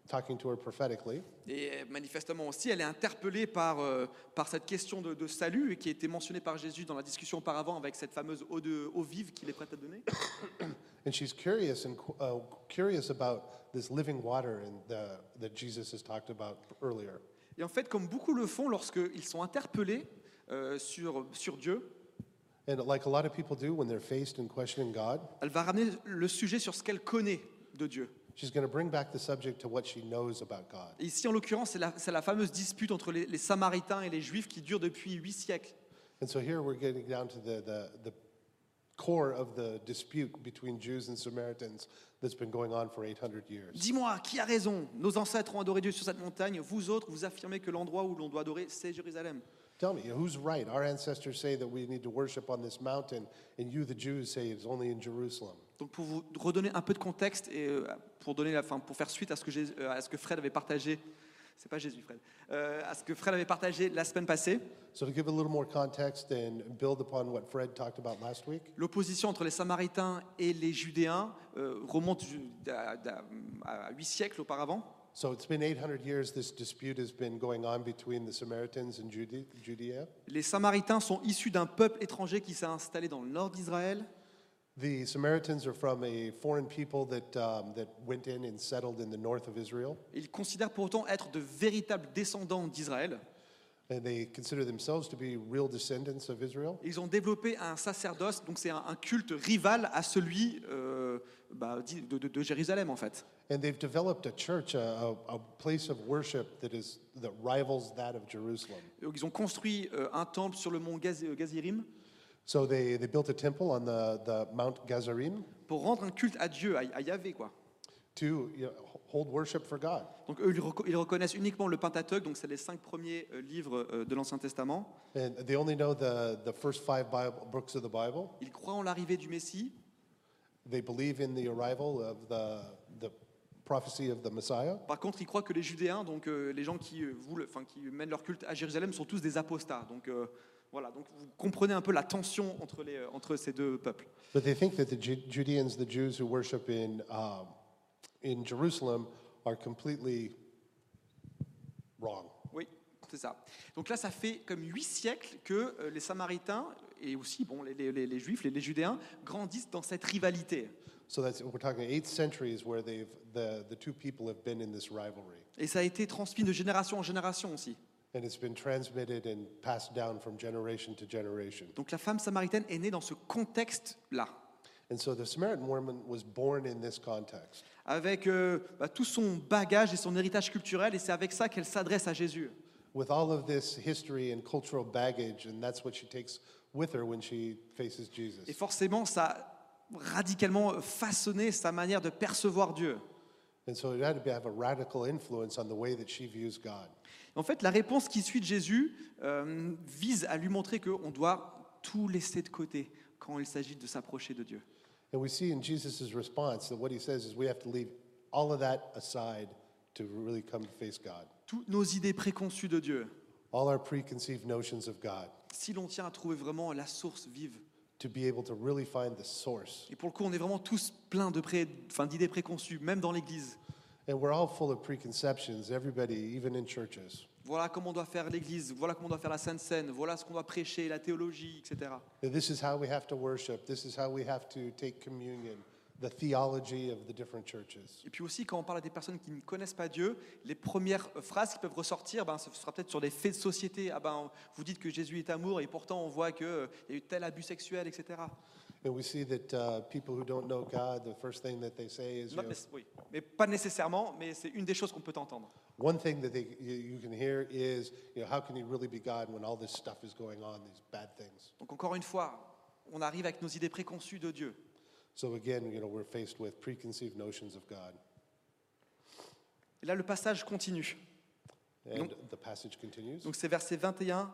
Speaker 2: talking to her prophetically,
Speaker 1: Et euh, manifestement aussi, elle est interpellée par, euh, par cette question de, de salut qui a été mentionnée par Jésus dans la discussion auparavant avec cette fameuse eau, de, eau vive qu'il est prêt à donner.
Speaker 2: and she's curious and qu- uh, curious about this living water and the, that Jesus has talked about earlier.
Speaker 1: Et en fait, comme beaucoup le font lorsqu'ils sont interpellés euh, sur, sur Dieu,
Speaker 2: And like a lot of people do when they're faced and questioning God,
Speaker 1: Elle va ramener le sujet sur ce qu'elle connaît de Dieu.
Speaker 2: she's going to bring back the subject to what she knows about God.
Speaker 1: Et ici, en l'occurrence, c'est la, c'est la fameuse dispute entre les, les Samaritains et les Juifs qui dure depuis huit siècles.
Speaker 2: And so here we're getting down to the, the, the core of the dispute between Jews and Samaritans that's been going on for 800 years.
Speaker 1: Dis-moi, qui a raison Nos ancêtres ont adoré Dieu sur cette montagne. Vous autres, vous affirmez que l'endroit où l'on doit adorer, c'est Jérusalem.
Speaker 2: Tell me, who's right? Our ancestors say that we need to worship on this mountain, and you, the Jews, say it's only in Jerusalem.
Speaker 1: Donc, pour vous redonner un peu de contexte et euh, pour, donner la, fin, pour faire suite à ce que, Jésus- euh, à ce que Fred avait partagé, c'est pas Jésus, Fred, Euh, à ce que Fred avait partagé la semaine passée,
Speaker 2: So, to give a little more context and build upon what Fred talked about last week,
Speaker 1: L'opposition entre les Samaritains et les Judéens euh, remonte ju- d'à- d'à- à huit siècles auparavant.
Speaker 2: so it's been 800 years this dispute has been going on between the Samaritans and Jude- Judea.
Speaker 1: Les Samaritains sont issus d'un peuple étranger qui s'est installé dans le nord d'Israël.
Speaker 2: The Samaritans are from a foreign people that, um, that went in and settled in the north of Israel.
Speaker 1: Ils considèrent pour autant être de véritables descendants d'Israël.
Speaker 2: And they consider themselves to be real descendants of Israel.
Speaker 1: Ils ont développé un sacerdoce, donc c'est un, un culte rival à celui euh, bah, dit- de, de- de Jérusalem en fait.
Speaker 2: And they've developed a church, a, a, a place of worship that, is, that rivals that of Jerusalem.
Speaker 1: Donc, ils ont construit euh, un temple sur le mont Gaz- euh, Gazirim
Speaker 2: So they, they built a temple on the, the Mount Gazarim
Speaker 1: pour rendre un culte à Dieu, à, à Yahvé quoi.
Speaker 2: to you know, hold worship for God.
Speaker 1: Donc eux, ils reco- ils reconnaissent uniquement le Pentateuch, donc c'est les cinq premiers euh, livres euh, de l'Ancien Testament.
Speaker 2: And they only know the, the first five Bible, books of the Bible.
Speaker 1: Ils croient en l'arrivée du Messie,
Speaker 2: They believe in the arrival of the, the prophecy of the Messiah.
Speaker 1: par contre ils croient que les Judéens, donc euh, les gens qui, euh, voulent- enfin, qui mènent leur culte à Jérusalem, sont tous des apostats. Donc euh, voilà, donc vous comprenez un peu la tension entre, les, euh, entre ces deux peuples.
Speaker 2: But they think that the Ju- Judeans, the Jews who worship in, um, in Jerusalem, are completely wrong.
Speaker 1: Oui, c'est ça. Donc là, ça fait comme huit siècles que euh, les Samaritains, et aussi bon, les, les- les- les Juifs, les, les Judéens, grandissent dans cette rivalité.
Speaker 2: So that's we're talking eight centuries where they've the, the two people have been in this rivalry,
Speaker 1: Et ça a été transmis de génération en génération aussi.
Speaker 2: and it's been transmitted and passed down from generation to generation.
Speaker 1: Donc la femme samaritaine est née dans ce contexte-là.
Speaker 2: And so the Samaritan woman was born in this context
Speaker 1: avec euh, bah, tout son bagage et son héritage culturel, et c'est avec ça qu'elle s'adresse à Jésus.
Speaker 2: with all of this history and cultural baggage, and that's what she takes with her when she faces Jesus.
Speaker 1: Et forcément, ça a radicalement façonné sa manière de percevoir Dieu.
Speaker 2: And so it had to have a radical influence on the way that she views God.
Speaker 1: En fait, la réponse qui suit de Jésus euh, vise à lui montrer qu'on doit tout laisser de côté quand il s'agit de s'approcher de Dieu.
Speaker 2: And we see in Jesus' response that what he says is we have to leave all of that aside to really come to face God.
Speaker 1: Toutes nos idées préconçues de Dieu,
Speaker 2: All our preconceived notions of God,
Speaker 1: si l'on tient à trouver vraiment la source vive.
Speaker 2: to be able to really find the source.
Speaker 1: Et pour le coup, on est vraiment tous pleins de pré- enfin, d'idées préconçues, même dans l'Église.
Speaker 2: And we're all full of preconceptions, everybody, even in churches.
Speaker 1: Voilà comment on doit faire l'Église, voilà comment on doit faire la Sainte Seine, voilà ce qu'on doit prêcher, la théologie, etc.
Speaker 2: That This is how we have to worship, this is how we have to take communion, the theology of the different churches.
Speaker 1: Et puis aussi, quand on parle à des personnes qui ne connaissent pas Dieu, les premières euh, phrases qui peuvent ressortir, ben, ce sera peut-être sur des faits de société. Ah ben, vous dites que Jésus est amour et pourtant on voit qu'il y a eu tel abus sexuel, etc.
Speaker 2: And we see that uh, people who don't know God, the first thing that they say is, you
Speaker 1: Non,
Speaker 2: know,
Speaker 1: mais, oui. mais pas nécessairement, mais c'est une des choses qu'on peut entendre.
Speaker 2: one thing that they, you, you can hear is, you know, how can you really be God when all this stuff is going on, these bad things?
Speaker 1: Donc encore une fois, on arrive avec nos idées préconçues de Dieu.
Speaker 2: So again, you know, we're faced with preconceived notions of God.
Speaker 1: Et là, le passage continue.
Speaker 2: And the passage continues.
Speaker 1: Donc c'est versets 21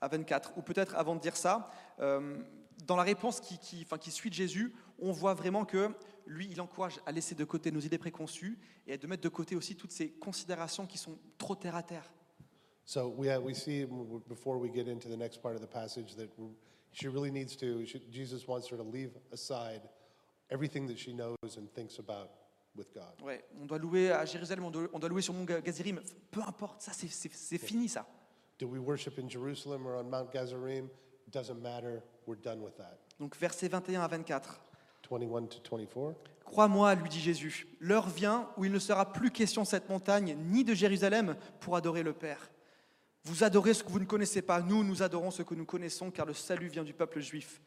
Speaker 1: à 24. Ou peut-être avant de dire ça, euh, dans la réponse qui, qui- enfin, qui suit de Jésus, on voit vraiment que lui, il encourage à laisser de côté nos idées préconçues et de mettre de côté aussi toutes ces considérations qui sont trop terre à terre.
Speaker 2: So we, uh, we see m- w- before we get into the next part of the passage that w- she really needs to, she, Jesus wants her to leave aside everything that she knows and thinks about with God.
Speaker 1: Ouais, on doit louer à Jérusalem, on doit, on doit louer sur Mont Gazirim. Peu importe, ça c'est- c'est c'est fini ça.
Speaker 2: Do we worship in Jerusalem or on Mount Gazarim? Doesn't matter. We're done with that.
Speaker 1: Donc versets 21 à 24.
Speaker 2: 21 to 24.
Speaker 1: Crois-moi, lui dit Jésus, l'heure vient où il ne sera plus question de cette montagne ni de Jérusalem pour adorer le Père. Vous adorez ce que vous ne connaissez pas, nous, nous adorons ce que nous connaissons, car le salut vient du peuple juif.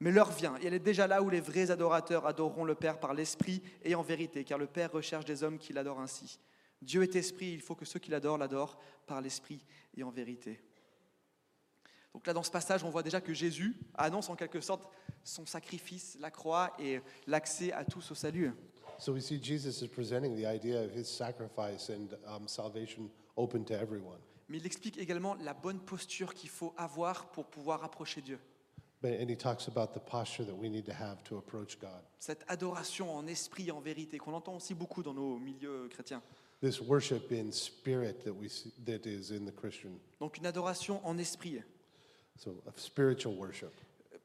Speaker 1: Mais l'heure vient, et elle est déjà là où les vrais adorateurs adoreront le Père par l'Esprit et en vérité, car le Père recherche des hommes qui l'adorent ainsi. Dieu est esprit, il faut que ceux qui l'adorent l'adorent par l'Esprit et en vérité. Donc là, dans ce passage, on voit déjà que Jésus annonce en quelque sorte son sacrifice, la croix et l'accès à tous au salut.
Speaker 2: So we see Jesus is presenting the idea of his sacrifice and um, salvation open to everyone.
Speaker 1: Mais il explique également la bonne posture qu'il faut avoir pour pouvoir approcher Dieu.
Speaker 2: But, and he talks about the posture that we need to have to approach God.
Speaker 1: Cette adoration en esprit, en vérité, qu'on entend aussi beaucoup dans nos milieux chrétiens.
Speaker 2: This worship in spirit that we see, that is in the Christian
Speaker 1: Donc une adoration en esprit,
Speaker 2: So, of spiritual worship.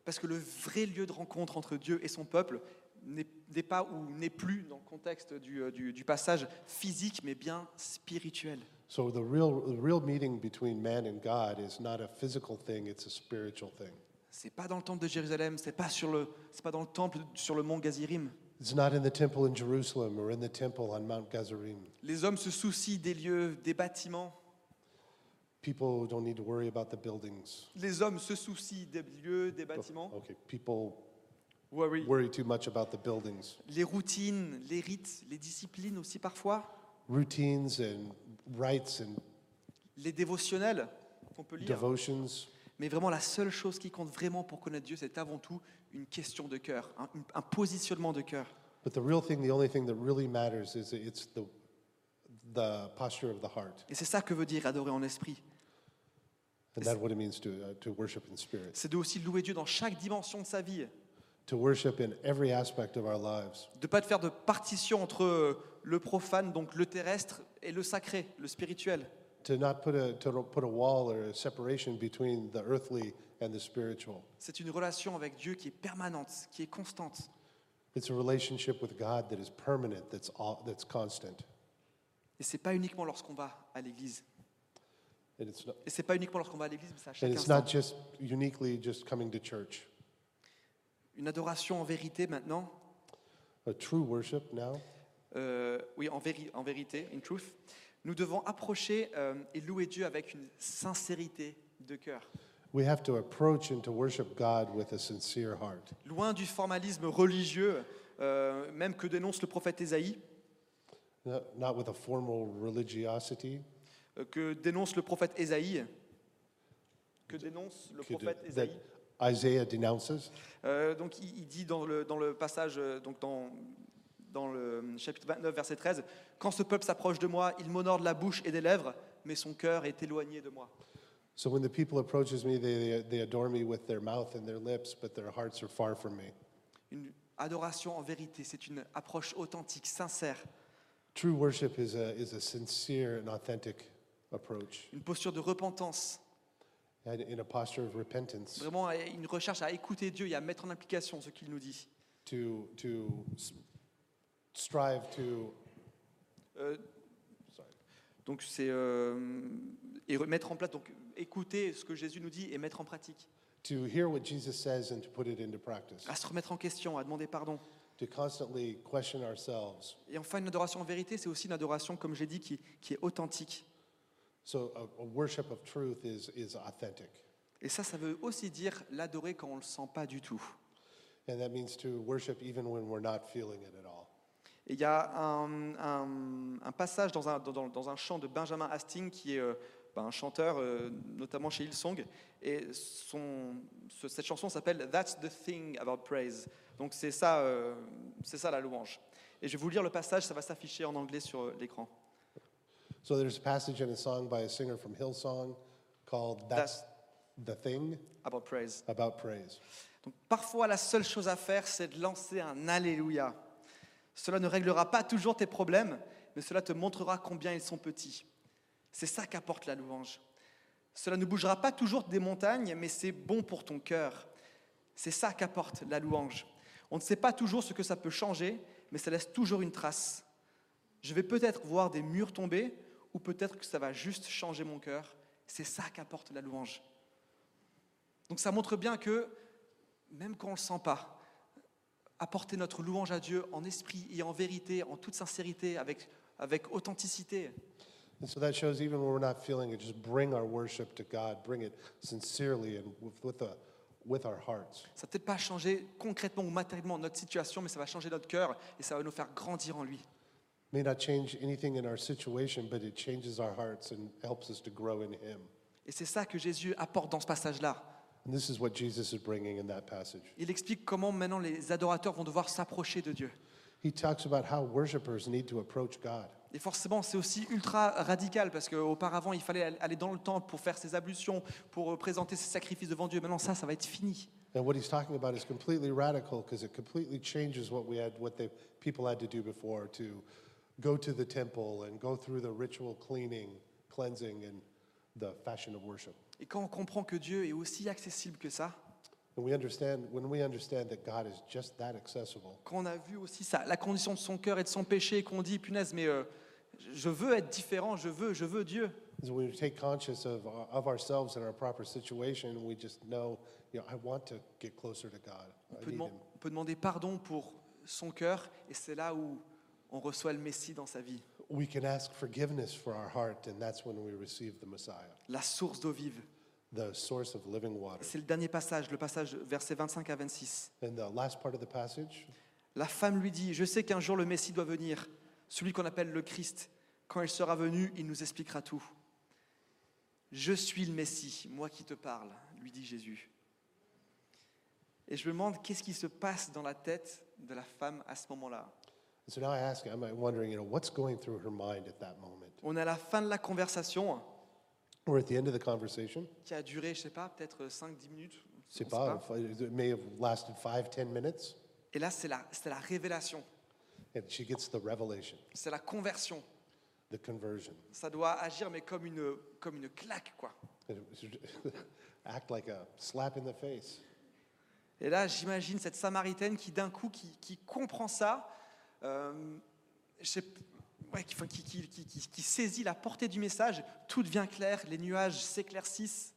Speaker 1: parce que le vrai lieu de rencontre entre Dieu et son peuple n'est n'est pas ou n'est plus, dans le contexte du, euh, du- du passage, physique, mais bien spirituel.
Speaker 2: So, the real, the real meeting between man and God is not a physical thing, it's a spiritual thing.
Speaker 1: C'est pas dans le temple de Jérusalem, c'est pas sur le, c'est pas dans le temple sur le mont Gazirim.
Speaker 2: It's not in the temple in Jerusalem or in the temple on Mount Gazarim.
Speaker 1: Les hommes se soucient des lieux, des bâtiments.
Speaker 2: People don't need to worry about the buildings.
Speaker 1: Les hommes se soucient des lieux, des bâtiments.
Speaker 2: Okay, people
Speaker 1: Worry.
Speaker 2: worry too much about the buildings.
Speaker 1: Les routines, les rites, les disciplines aussi parfois.
Speaker 2: Routines and rites and
Speaker 1: Les dévotionnels qu'on peut lire.
Speaker 2: devotions.
Speaker 1: Mais vraiment, la seule chose qui compte vraiment pour connaître Dieu, c'est avant tout une question de cœur, un, une- un positionnement de cœur.
Speaker 2: But the real thing, the only thing that really matters is it's the, the posture of the heart.
Speaker 1: Et c'est ça que veut dire adorer en esprit.
Speaker 2: And that's what it means to, uh, to worship in spirit.
Speaker 1: C'est de aussi louer Dieu dans chaque dimension de sa vie.
Speaker 2: to worship in every aspect of our lives,
Speaker 1: De pas de faire de partition entre euh, le profane, donc le terrestre, et le sacré, le spirituel.
Speaker 2: to not put a, to not put a wall or a separation between the earthly and the spiritual.
Speaker 1: C'est une relation avec Dieu qui est permanente, qui est constante.
Speaker 2: It's a relationship with God that is permanent, that's, all, that's constant.
Speaker 1: Et c'est pas uniquement lorsqu'on va à l'église.
Speaker 2: And it's, not,
Speaker 1: Et c'est pas uniquement lorsqu'on va à l'église, mais c'est à chaque
Speaker 2: and it's
Speaker 1: instant.
Speaker 2: not just uniquely just coming to church.
Speaker 1: Une adoration en vérité maintenant,
Speaker 2: A true worship now
Speaker 1: euh, oui, en, véri- en vérité, in truth, nous devons approcher euh, et louer Dieu avec une sincérité de cœur,
Speaker 2: we have to approach and to worship God with a sincere heart,
Speaker 1: loin du formalisme religieux, euh, même que dénonce le prophète Ésaïe,
Speaker 2: not, not with a formal religiosity
Speaker 1: euh, que dénonce le prophète Ésaïe, que dénonce le
Speaker 2: could-
Speaker 1: prophète
Speaker 2: that
Speaker 1: Ésaïe.
Speaker 2: Isaiah denounces.
Speaker 1: Euh, donc il, il dit dans le, dans le passage, euh, donc dans, dans le chapitre 29, verset 13, Quand ce peuple s'approche de moi, il m'honore de la bouche et des lèvres, mais son cœur est éloigné de moi.
Speaker 2: So when the people approaches me, they, they adore me with their mouth and their lips, but their hearts are far from me.
Speaker 1: une adoration en vérité, c'est une approche authentique, sincère,
Speaker 2: True worship is a, is a sincere and authentic approach
Speaker 1: une posture de repentance,
Speaker 2: and in a posture of repentance
Speaker 1: vraiment euh, une recherche à écouter Dieu et à mettre en application ce qu'il nous dit.
Speaker 2: to, to s- strive to
Speaker 1: Euh, donc c'est euh, et remettre en place, donc écouter ce que Jésus nous dit et mettre en pratique,
Speaker 2: to hear what Jesus says and to put it into practice,
Speaker 1: à se remettre en question, à demander pardon.
Speaker 2: to constantly question ourselves.
Speaker 1: Et enfin, une adoration en vérité, c'est aussi une adoration, comme j'ai dit, qui, qui est authentique.
Speaker 2: So a, a worship of truth is, is authentic.
Speaker 1: Et ça, ça veut aussi dire l'adorer quand on ne le sent pas du tout.
Speaker 2: And that means to worship even when we're not feeling it at all.
Speaker 1: Et il y a un, un- un passage dans un, dans- dans un chant de Benjamin Hastings, qui est euh, ben, un chanteur, euh, notamment chez Hillsong. Et son, ce- cette chanson s'appelle That's the thing about praise. Donc c'est ça, euh, c'est ça la louange. Et je vais vous lire le passage, ça va s'afficher en anglais sur euh, l'écran.
Speaker 2: So there's a passage in a song by a singer from Hillsong called That's, the Thing
Speaker 1: About praise.
Speaker 2: About Praise.
Speaker 1: Donc parfois, la seule chose à faire, c'est de lancer un Alléluia. Cela ne réglera pas toujours tes problèmes, mais cela te montrera combien ils sont petits. C'est ça qu'apporte la louange. Cela ne bougera pas toujours des montagnes, mais c'est bon pour ton cœur. C'est ça qu'apporte la louange. On ne sait pas toujours ce que ça peut changer, mais ça laisse toujours une trace. Je vais peut-être voir des murs tomber, ou peut-être que ça va juste changer mon cœur. C'est ça qu'apporte la louange. Donc ça montre bien que même quand on ne le sent pas, apporter notre louange à Dieu en esprit et en vérité, en toute sincérité, avec, avec authenticité.
Speaker 2: And so that shows even when we're not feeling it, just bring our worship to God, bring it sincerely and with, with, a, with our hearts.
Speaker 1: Ça ne peut-être pas changer concrètement ou matériellement notre situation, mais ça va changer notre cœur et ça va nous faire grandir en lui.
Speaker 2: May not change anything in our situation, but it changes our hearts and helps us to grow in Him.
Speaker 1: Et c'est ça que Jésus apporte dans ce passage-là.
Speaker 2: And this is what Jesus is bringing in that passage.
Speaker 1: Il explique comment maintenant les adorateurs vont devoir s'approcher de Dieu.
Speaker 2: He talks about how worshipers need to approach God.
Speaker 1: Et forcément, c'est aussi ultra radical parce qu'auparavant, il fallait aller dans le temple pour faire ses ablutions, pour présenter ses sacrifices devant Dieu. Maintenant, ça, ça va être fini.
Speaker 2: And what he's talking about is completely radical because it completely changes what we had, what the people had to do before to go to the temple and go through the ritual cleaning, cleansing, and the fashion of worship.
Speaker 1: Et quand on comprend que Dieu est aussi accessible que ça,
Speaker 2: And we understand when we understand that God is just that accessible,
Speaker 1: quand on a vu aussi ça, la condition de son cœur et de son péché, et qu'on dit, punaise, mais euh, je veux être différent, je veux, je veux Dieu.
Speaker 2: is when we take conscious of, of ourselves and our proper situation, we just know, you know, I want to get closer to God.
Speaker 1: On
Speaker 2: I
Speaker 1: peut,
Speaker 2: need
Speaker 1: deman-
Speaker 2: Him.
Speaker 1: on peut demander pardon pour son cœur, et c'est là où on reçoit le Messie dans sa vie,
Speaker 2: We can ask forgiveness for our heart, and that's when we receive the Messiah,
Speaker 1: la source d'eau vive.
Speaker 2: the source of living water.
Speaker 1: C'est le dernier passage, le passage versets 25 à 26.
Speaker 2: And the last part of the passage,
Speaker 1: La femme lui dit, je sais qu'un jour le Messie doit venir, celui qu'on appelle le Christ. Quand il sera venu, il nous expliquera tout. Je suis le Messie, moi qui te parle, lui dit Jésus. Et je me demande qu'est-ce qui se passe dans la tête de la femme à ce moment-là.
Speaker 2: so now I ask, I'm wondering, you know, what's going through her mind at that moment?
Speaker 1: On est à la fin de la conversation, hein,
Speaker 2: We're at the end of the conversation.
Speaker 1: qui a duré, je sais pas, peut-être 5-10 minutes.
Speaker 2: C'est
Speaker 1: on sait
Speaker 2: pas, it may have lasted five, ten minutes,
Speaker 1: Et là, c'est la, c'est la révélation,
Speaker 2: and she gets the revelation,
Speaker 1: c'est la conversion.
Speaker 2: the conversion.
Speaker 1: Ça doit agir, mais comme une, comme une claque, quoi.
Speaker 2: And it was- Act like a slap in the face.
Speaker 1: Et là, j'imagine cette Samaritaine qui d'un coup, qui, qui comprend ça, euh, je sais p- ouais, qui, enfin, qui- qui- qui- qui- qui saisit la portée du message, tout devient clair, les nuages s'éclaircissent,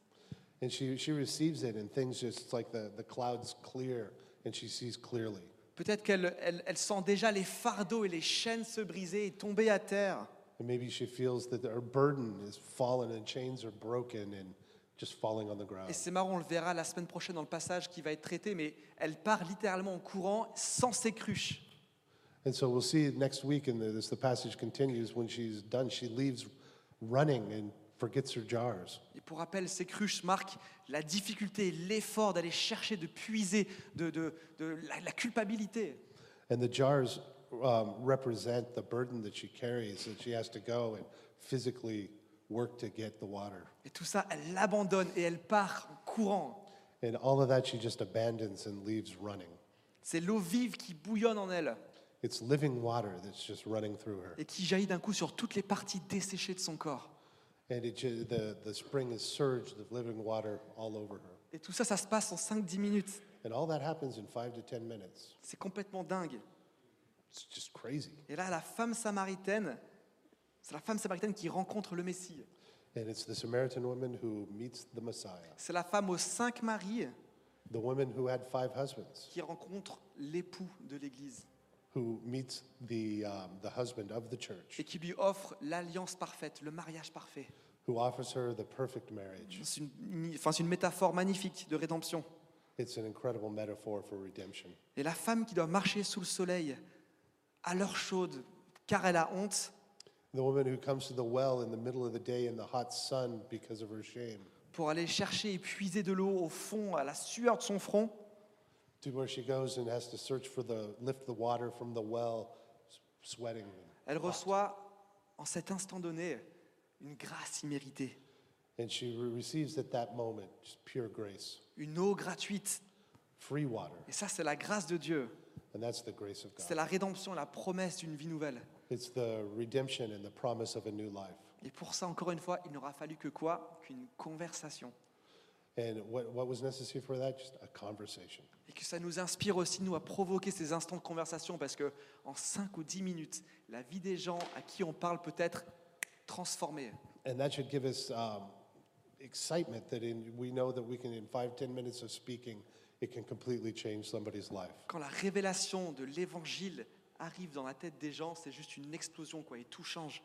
Speaker 2: And she, she receives it, and things just it's like the, the clouds clear, and she sees clearly.
Speaker 1: peut-être qu'elle elle- elle sent déjà les fardeaux et les chaînes se briser et tomber à terre.
Speaker 2: And maybe she feels that her burden is fallen, and chains are broken, and just falling on the ground.
Speaker 1: Et c'est marrant, on le verra la semaine prochaine dans le passage qui va être traité, mais elle part littéralement en courant sans s'écruche.
Speaker 2: And so we'll see next week, and as the passage continues, when she's done, she leaves running and forgets her jars.
Speaker 1: Et pour rappel, ces cruches marquent la difficulté, l'effort d'aller chercher, de puiser, de, de- de la- la culpabilité.
Speaker 2: And the jars um, represent the burden that she carries, that she has to go and physically work to get the water.
Speaker 1: Et tout ça, elle l'abandonne et elle part en courant.
Speaker 2: And all of that she just abandons and leaves running.
Speaker 1: C'est l'eau vive qui bouillonne en elle
Speaker 2: It's living water that's just running through her.
Speaker 1: et qui jaillit d'un coup sur toutes les parties desséchées de son corps.
Speaker 2: And it, ju- the, the spring is surged of living water all over her.
Speaker 1: Et tout ça, ça se passe en 5-10 minutes.
Speaker 2: And all that happens in five to 10 minutes.
Speaker 1: C'est complètement dingue.
Speaker 2: It's just crazy.
Speaker 1: Et là, la femme samaritaine, c'est la femme samaritaine qui rencontre le Messie.
Speaker 2: And it's the Samaritan woman who meets the Messiah,
Speaker 1: C'est la femme aux cinq maris
Speaker 2: the woman who had five husbands,
Speaker 1: qui rencontre l'époux de l'Église
Speaker 2: who meets the, um, the husband of the church,
Speaker 1: et qui lui offre l'alliance parfaite, le mariage parfait.
Speaker 2: who offers her the perfect marriage.
Speaker 1: C'est une, une- enfin, c'est une métaphore magnifique de rédemption.
Speaker 2: It's an incredible metaphor for redemption.
Speaker 1: Et la femme qui doit marcher sous le soleil, à l'heure chaude, car elle a honte,
Speaker 2: The woman who comes to the well in the middle of the day in the hot sun because of her shame,
Speaker 1: pour aller chercher et puiser de l'eau au fond, à la sueur de son front,
Speaker 2: to where she goes and has to search for the lift the water from the well, s- sweating.
Speaker 1: elle reçoit, en cet instant donné, une grâce imméritée,
Speaker 2: And she re- receives at that moment just pure grace,
Speaker 1: une eau gratuite.
Speaker 2: free water.
Speaker 1: Et ça, c'est la grâce de Dieu.
Speaker 2: And that's the grace of
Speaker 1: C'est
Speaker 2: God.
Speaker 1: la rédemption, la promesse d'une vie nouvelle.
Speaker 2: It's the redemption and the promise of a new life.
Speaker 1: Et pour ça, encore une fois, il n'aura fallu que quoi Qu'une conversation.
Speaker 2: And what, what was necessary for that? Just a conversation.
Speaker 1: Et que ça nous inspire aussi, nous, à provoquer ces instants de conversation, parce que en 5 ou 10 minutes, la vie des gens à qui on parle peut être transformée.
Speaker 2: And that should give us um, excitement that in, we know that we can, in five, ten minutes of speaking, it can completely change somebody's life.
Speaker 1: Quand la révélation de l'évangile arrive dans la tête des gens, c'est juste une explosion, quoi, et tout change.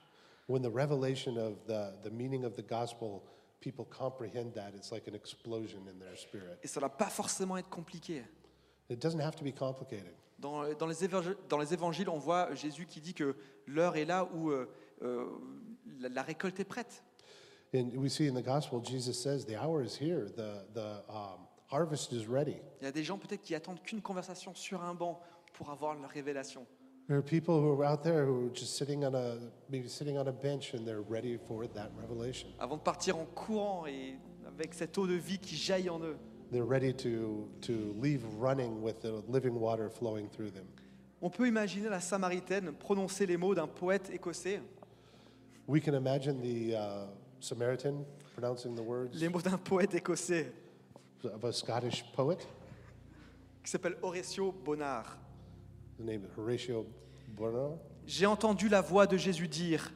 Speaker 2: When the revelation of the, the meaning of the gospel, people comprehend that, it's like an explosion in their spirit.
Speaker 1: Et ça ne va pas forcément être compliqué.
Speaker 2: It doesn't have to be complicated.
Speaker 1: Dans, dans les évang- dans les évangiles, on voit Jésus qui dit que l'heure est là où euh, euh, la- la récolte est prête.
Speaker 2: And we see in the gospel, Jesus says, The hour is here, the, the um, harvest is ready.
Speaker 1: Il y a des gens peut-être qui attendent qu'une conversation sur un banc pour avoir la révélation.
Speaker 2: There are people who are out there who are just sitting on a, maybe sitting on a bench and they're ready for that revelation.
Speaker 1: Avant de partir en courant et avec cette eau de vie qui jaillit en eux.
Speaker 2: They're ready to, to leave running with the living water flowing through them.
Speaker 1: On peut imaginer la Samaritaine prononcer les mots d'un poète écossais,
Speaker 2: We can imagine the uh, Samaritan pronouncing the words
Speaker 1: les mots d'un poète écossais
Speaker 2: of a Scottish poet
Speaker 1: qui s'appelle Horatio Bonnard.
Speaker 2: named Horatio Bonar.
Speaker 1: J'ai entendu la voix de Jésus dire,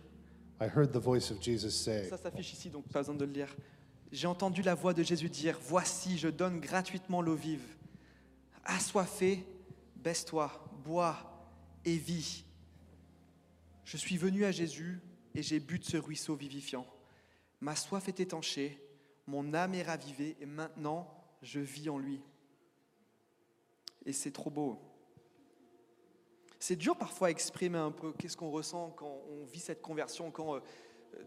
Speaker 2: I heard the voice of Jesus say,
Speaker 1: ça s'affiche ici donc pas besoin de le lire. J'ai entendu la voix de Jésus dire, voici je donne gratuitement l'eau vive. Assoiffé, baisse-toi, bois et vis. Je suis venu à Jésus et j'ai bu de ce ruisseau vivifiant. Ma soif est étanchée, mon âme est ravivée et maintenant je vis en lui. Et c'est trop beau. C'est dur parfois à exprimer un peu qu'est-ce qu'on ressent quand on vit cette conversion, quand euh, euh,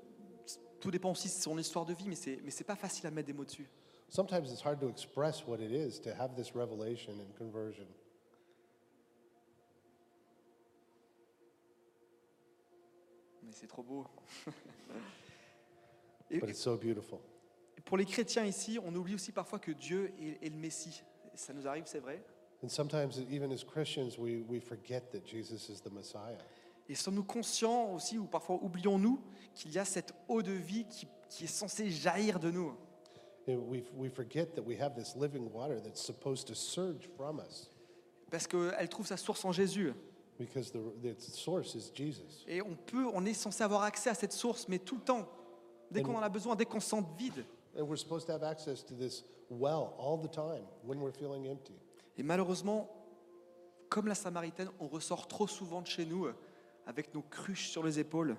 Speaker 1: tout dépend aussi de son histoire de vie, mais c'est mais c'est pas facile à mettre des mots dessus.
Speaker 2: Sometimes it's hard to express what it is to have this revelation and conversion.
Speaker 1: Mais c'est trop beau. et,
Speaker 2: But it's so beautiful.
Speaker 1: et pour les chrétiens ici, on oublie aussi parfois que Dieu est, est le Messie. Et ça nous arrive, c'est vrai.
Speaker 2: And sometimes, even as Christians, we, we forget that Jesus is the Messiah.
Speaker 1: Et sommes-nous conscients aussi, ou parfois oublions-nous, qu'il y a cette eau de vie qui, qui est censée jaillir de nous
Speaker 2: And we, we forget that we have this living water that's supposed to surge from us
Speaker 1: Parce qu'elle trouve sa source en Jésus.
Speaker 2: because the, the source is Jesus.
Speaker 1: Et on peut, on est censé avoir accès à cette source, mais tout le temps. Dès qu'on en a besoin, dès qu'on se sent vide.
Speaker 2: And we're supposed to have access to this well all the time when we're feeling empty.
Speaker 1: Et malheureusement, comme la Samaritaine, on ressort trop souvent de chez nous euh, avec nos cruches sur les épaules.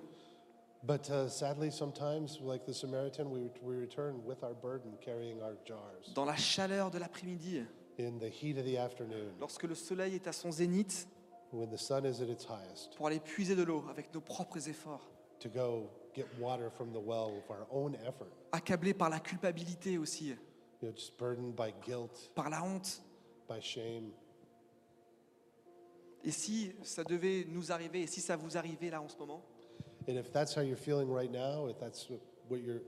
Speaker 2: But uh, sadly, sometimes, like the Samaritan, we, we return with our burden carrying our jars
Speaker 1: dans la chaleur de l'après-midi,
Speaker 2: in the heat of the afternoon
Speaker 1: lorsque le soleil est à son zénith,
Speaker 2: when the sun is at its highest
Speaker 1: pour aller puiser de l'eau avec nos propres efforts,
Speaker 2: to go get water from the well of our own effort.
Speaker 1: accablés par la culpabilité aussi,
Speaker 2: You know, just burdened by guilt,
Speaker 1: par la honte.
Speaker 2: by shame.
Speaker 1: Et si ça devait nous arriver, et si ça vous arrivait là en ce moment,
Speaker 2: And if that's how you're feeling right now, if that's what you're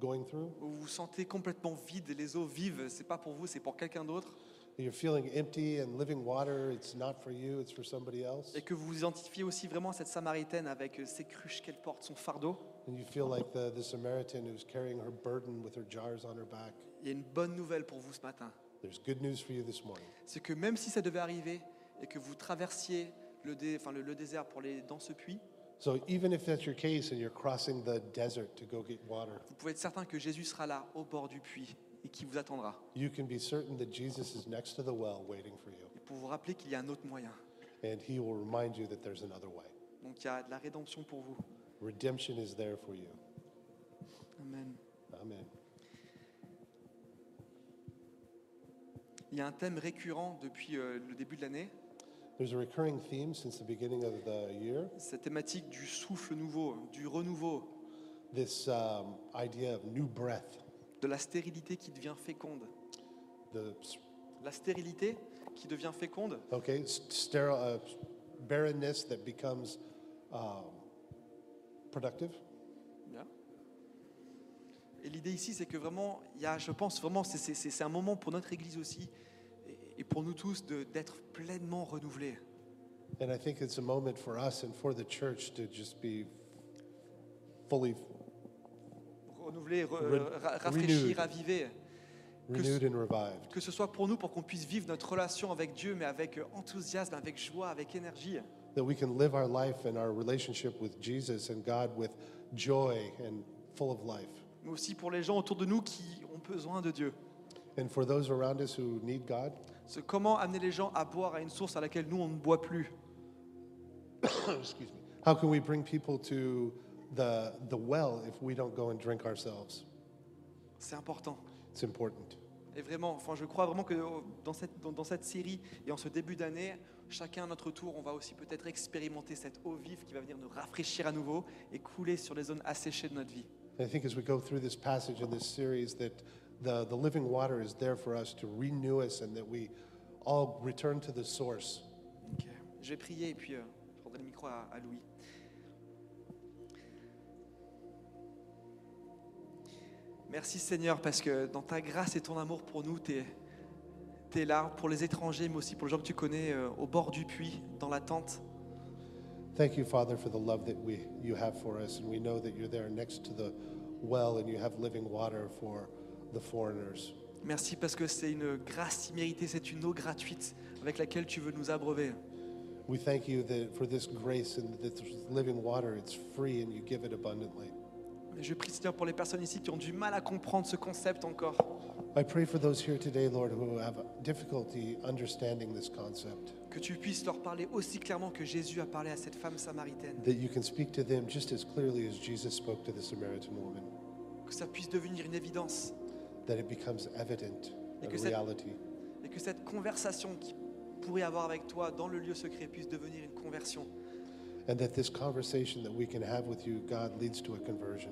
Speaker 2: going through,
Speaker 1: où vous vous sentez complètement vide, les eaux vives, c'est pas pour vous, c'est pour quelqu'un d'autre,
Speaker 2: you're feeling empty and living water, it's not for you, it's for somebody else.
Speaker 1: et que vous vous identifiez aussi vraiment à cette Samaritaine avec euh, ses cruches qu'elle porte, son fardeau.
Speaker 2: And you feel like the, the Samaritan who's carrying her burden with her jars on her back.
Speaker 1: Il y a une bonne nouvelle pour vous ce matin.
Speaker 2: There's good news for you this morning.
Speaker 1: C'est que même si ça devait arriver et que vous traversiez le, dé- enfin, le- le désert pour aller dans ce puits,
Speaker 2: So even if that's your case and you're crossing the desert to go get water,
Speaker 1: vous pouvez être certain que Jésus sera là au bord du puits et qui vous attendra.
Speaker 2: you can be certain that Jesus is next to the well waiting for you.
Speaker 1: Et pour vous rappeler qu'il y a un autre moyen.
Speaker 2: And he will remind you that there's another way.
Speaker 1: Donc il y a de la rédemption pour vous.
Speaker 2: Redemption is there for you.
Speaker 1: Amen.
Speaker 2: Amen.
Speaker 1: Il y a un thème récurrent depuis euh, le début de l'année,
Speaker 2: There's a recurring theme since the beginning of the year
Speaker 1: cette thématique du souffle nouveau, du renouveau,
Speaker 2: this um, idea of new breath.
Speaker 1: de la stérilité qui devient féconde.
Speaker 2: The,
Speaker 1: La stérilité qui devient féconde,
Speaker 2: okay, sterile, uh, barrenness that becomes um, productive.
Speaker 1: Bien. Et l'idée ici, c'est que vraiment, il y a, je pense vraiment, c'est- c'est c'est- c'est un moment pour notre Église aussi, et, et pour nous tous, de- d'être pleinement renouvelés.
Speaker 2: And I think it's a moment for us and for the church to just be fully
Speaker 1: Renouvelés, re-
Speaker 2: Re-
Speaker 1: ra- rafraîchis,
Speaker 2: renewed.
Speaker 1: ravivés.
Speaker 2: renewed and revived.
Speaker 1: Que ce soit pour nous, pour qu'on puisse vivre notre relation avec Dieu, mais avec euh, enthousiasme, avec joie, avec énergie.
Speaker 2: That we can live our life and our relationship with Jesus and God with joy and full of life.
Speaker 1: Mais aussi pour les gens autour de nous qui ont besoin de Dieu.
Speaker 2: And for those around us who need God,
Speaker 1: C'est comment amener les gens à boire à une source à laquelle nous, on ne boit plus.
Speaker 2: excuse me, how can we bring people to the, the well if we don't go and drink ourselves?
Speaker 1: C'est important.
Speaker 2: It's important.
Speaker 1: Et vraiment, enfin, je crois vraiment que euh, dans cette, dans, dans cette série et en ce début d'année, chacun à notre tour, on va aussi peut-être expérimenter cette eau vive qui va venir nous rafraîchir à nouveau et couler sur les zones asséchées de notre vie.
Speaker 2: And I think as we go through this passage in this series, that the, the living water is there for us to renew us and that we all return to the source.
Speaker 1: Je vais prier et puis euh, je rendrai le micro à, à Louis. Merci Seigneur parce que dans ta grâce et ton amour pour nous, tu es, là pour les étrangers, mais aussi pour les gens que tu connais euh, au bord du puits, dans la tente.
Speaker 2: Thank you, Father, for the love that we, you have for us. And we know that you're there next to the well and you have living water for the foreigners.
Speaker 1: Merci parce que c'est une grâce imméritée, c'est une eau gratuite avec laquelle tu veux nous abreuver.
Speaker 2: We thank you that for this grace and this living water. It's free and you give it abundantly.
Speaker 1: Mais je prie Seigneur pour les personnes ici qui ont du mal à comprendre ce concept encore.
Speaker 2: I pray for those here today, Lord, who have difficulty understanding this concept,
Speaker 1: Que tu puisses leur parler aussi clairement que Jésus a parlé à cette femme samaritaine.
Speaker 2: that you can speak to them just as clearly as Jesus spoke to the Samaritan woman,
Speaker 1: Que ça puisse devenir une évidence.
Speaker 2: that it becomes evident,
Speaker 1: Et
Speaker 2: a
Speaker 1: que cette-
Speaker 2: reality,
Speaker 1: Et que cette conversation qui pourrait avoir avec toi dans le lieu secret puisse devenir une conversion.
Speaker 2: and that this conversation that we can have with you, God, leads to a conversion.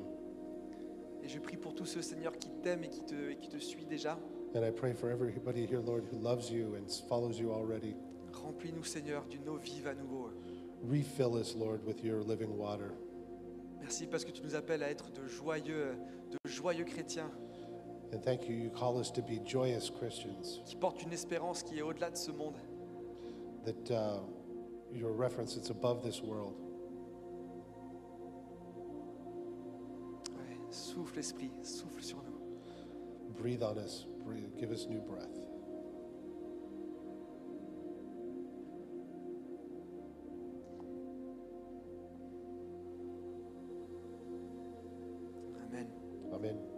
Speaker 1: Et je prie pour tous ceux, Seigneur, qui t'aiment et qui te, et qui te suivent déjà.
Speaker 2: And I pray for everybody here, Lord, who loves you and follows you already.
Speaker 1: Remplis-nous, Seigneur, d'une eau vive à nouveau.
Speaker 2: Refill us, Lord, with your living water.
Speaker 1: Merci parce que tu nous appelles à être de joyeux, de joyeux chrétiens.
Speaker 2: And thank you, you call us to be joyous Christians.
Speaker 1: qui porte une espérance qui est au-delà de ce monde.
Speaker 2: That uh, your reference, it's above this world.
Speaker 1: Ouais, Souffle, esprit, souffle sur nous.
Speaker 2: Breathe on us, breathe, give us new breath.
Speaker 1: Amen.
Speaker 2: Amen.